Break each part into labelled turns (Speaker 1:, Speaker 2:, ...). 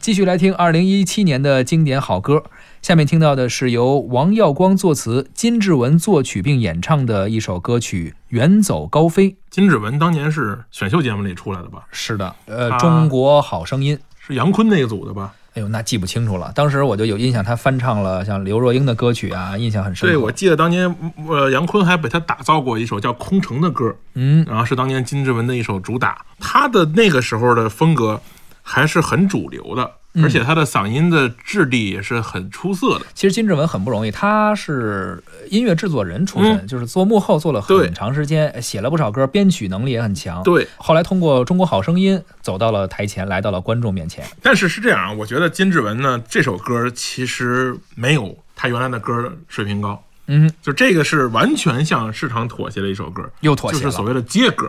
Speaker 1: 继续来听二零一七年的经典好歌。下面听到的是由王耀光作词、金志文作曲并演唱的一首歌曲《远走高飞》。
Speaker 2: 金志文当年是选秀节目里出来的吧？
Speaker 1: 是的，呃，
Speaker 2: 啊
Speaker 1: 中国好声音。
Speaker 2: 是杨坤那一组的吧？
Speaker 1: 哎呦，那记不清楚了。当时我就有印象，他翻唱了像刘若英的歌曲啊，印象很深刻。
Speaker 2: 对，我记得当年，呃，杨坤还被他打造过一首叫《空城》的歌，
Speaker 1: 嗯，
Speaker 2: 然后是当年金志文的一首主打。他的那个时候的风格还是很主流的，而且他的嗓音的质地也是很出色的。
Speaker 1: 其实金志文很不容易，他是音乐制作人出身，就是做幕后做了
Speaker 2: 嗯对
Speaker 1: 很长时间，写了不少歌，编曲能力也很强。，
Speaker 2: 对，
Speaker 1: 后来通过《中国好声音》走到了台前，来到了观众面前。
Speaker 2: 但是是这样啊，我觉得金志文呢这首歌其实没有他原来的歌水平高，
Speaker 1: 嗯，
Speaker 2: 就这个是完全向市场妥协的一首歌，
Speaker 1: 又妥
Speaker 2: 就
Speaker 1: 协了。
Speaker 2: 是所谓的接歌。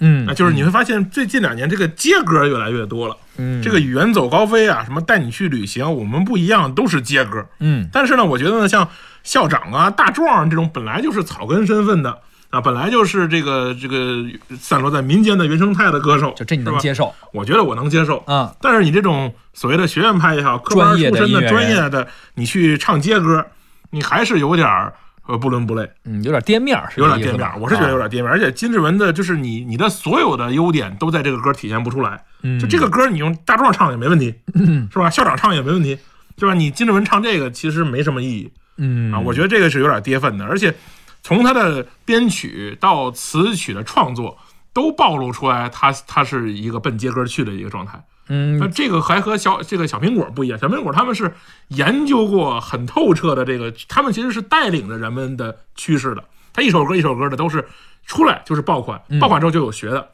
Speaker 1: 嗯，
Speaker 2: 那啊就是你会发现最近两年这个接歌越来越多了。
Speaker 1: 嗯
Speaker 2: 这个远走高飞啊，什么带你去旅行，我们不一样，都是接歌。
Speaker 1: 嗯
Speaker 2: 但是呢，我觉得呢，像校长啊、大壮啊这种本来就是草根身份的啊，本来就是这个这个散落在民间的原生态的歌手，
Speaker 1: 就这你
Speaker 2: 是
Speaker 1: 能
Speaker 2: 吧
Speaker 1: 接受
Speaker 2: 我觉得我能接受。
Speaker 1: 啊？
Speaker 2: 但是你这种所谓的学院派也好，科班
Speaker 1: 专业
Speaker 2: 出
Speaker 1: 的
Speaker 2: 身
Speaker 1: 音乐
Speaker 2: 的
Speaker 1: 人
Speaker 2: 专业的，你去唱接歌，你还是有点儿呃不伦不类。
Speaker 1: 嗯，有点颠面儿，是
Speaker 2: 有点
Speaker 1: 这意
Speaker 2: 跌
Speaker 1: 思吧
Speaker 2: 面儿，我是觉得有
Speaker 1: 啊
Speaker 2: 点跌面儿。而且金志文的，就是你你的所有的优点都在这个歌体现不出来。
Speaker 1: 嗯
Speaker 2: 就这个歌，你用大壮唱也没问题，是吧？校长唱也没问题，是吧？你金志文唱这个其实没什么意义
Speaker 1: 嗯
Speaker 2: 啊，我觉得这个是有点跌份的。而且从他的编曲到词曲的创作，都暴露出来他他是一个奔接歌去的一个状态。那
Speaker 1: 嗯，
Speaker 2: 这个还和小这个小苹果不一样，小苹果他们是研究过很透彻的这个，他们其实是带领着人们的趋势的。他一首歌一首歌的都是出来就是爆款，
Speaker 1: 嗯
Speaker 2: 爆款之后就有学的。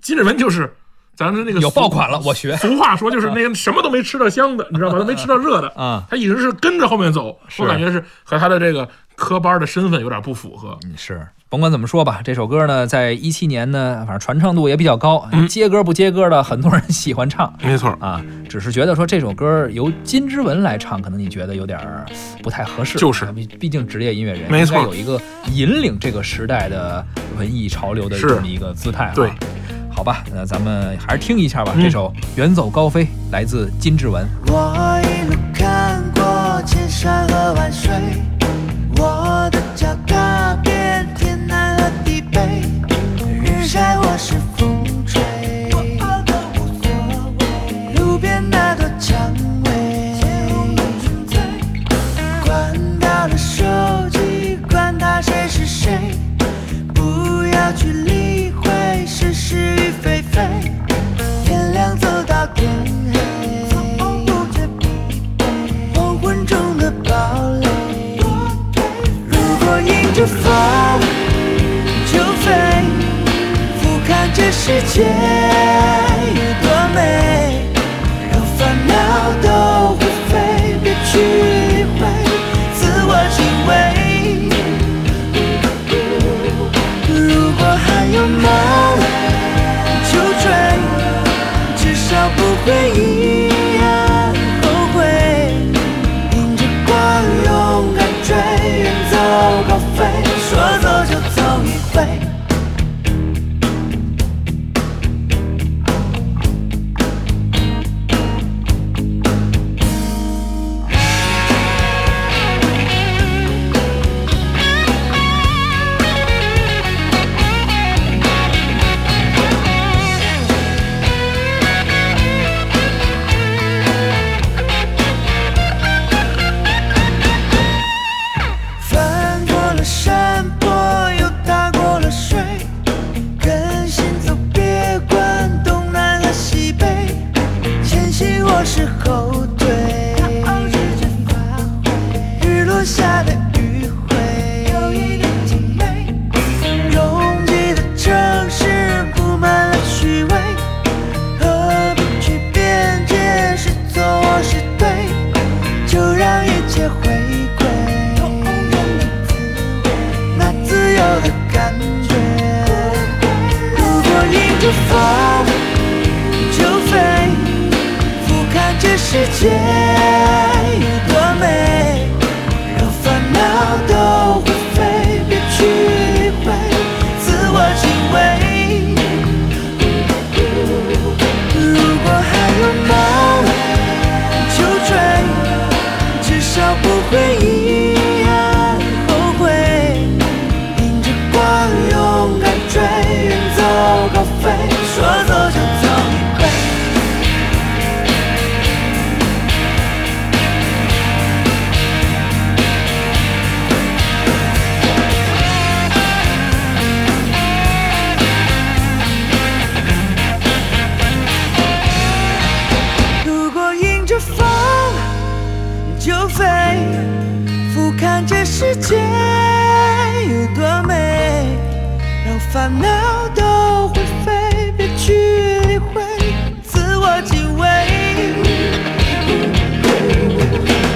Speaker 2: 金志文就是咱们那个
Speaker 1: 有
Speaker 2: 俗
Speaker 1: 爆款了，我学嗯
Speaker 2: 俗话说就是那个什么都没吃到香的，你知道吗？他没吃到热的
Speaker 1: 啊，
Speaker 2: 他一直是跟着后面走。
Speaker 1: 是
Speaker 2: 我感觉是和他的这个科班的身份有点不符合。
Speaker 1: 嗯是。甭管怎么说吧，这首歌呢，在一七年呢，反正传唱度也比较高，
Speaker 2: 嗯
Speaker 1: 接歌不接歌的，很多人喜欢唱。
Speaker 2: 没错，
Speaker 1: 啊，只是觉得说这首歌由金之文来唱，可能你觉得有点儿不太合适。
Speaker 2: 就是
Speaker 1: 啊毕毕竟职业音乐人，
Speaker 2: 没错
Speaker 1: 应该有一个引领这个时代的文艺潮流的
Speaker 2: 是
Speaker 1: 这么一个姿态、啊。
Speaker 2: 对，
Speaker 1: 好吧，那咱们还是听一下吧。
Speaker 2: 嗯
Speaker 1: 这首《远走高飞》来自金志文。
Speaker 3: 我一路看过千山和万水，我的脚踏遍天南和地北，日晒或是风吹，我熬得无所谓。路边那朵蔷薇，关掉了手机，管他谁是谁，不要去理会是是与非非。天亮走到天黑，黄昏中的堡垒。如果迎着风就飞，俯瞰这世界有多美，让烦恼都会飞，别去理会，自我敬畏。如果还有梦就追。至少不会一样后悔。迎着光，勇敢追，远走高飞，说走就走一回。翻过了山坡，又踏过了水，跟心走，别管东南和西北，前行我是后退，日落下的余晖，有一点精美，拥挤的城市布满了虚伪，何必去辩解是错或是对？就让一切回归那自由的感觉。如果迎着风就飞，俯瞰这世界有多美，让烦恼都会飞，别去理会，自我敬畏。如果还有梦。世界有多美，让烦恼都会飞，别去理会，自我敬畏。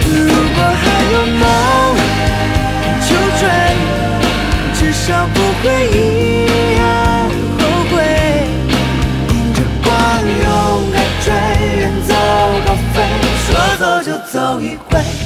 Speaker 3: 如果还有梦，就追，至少不会一样后悔。迎着光，用爱追，远走高飞，说走就走一回。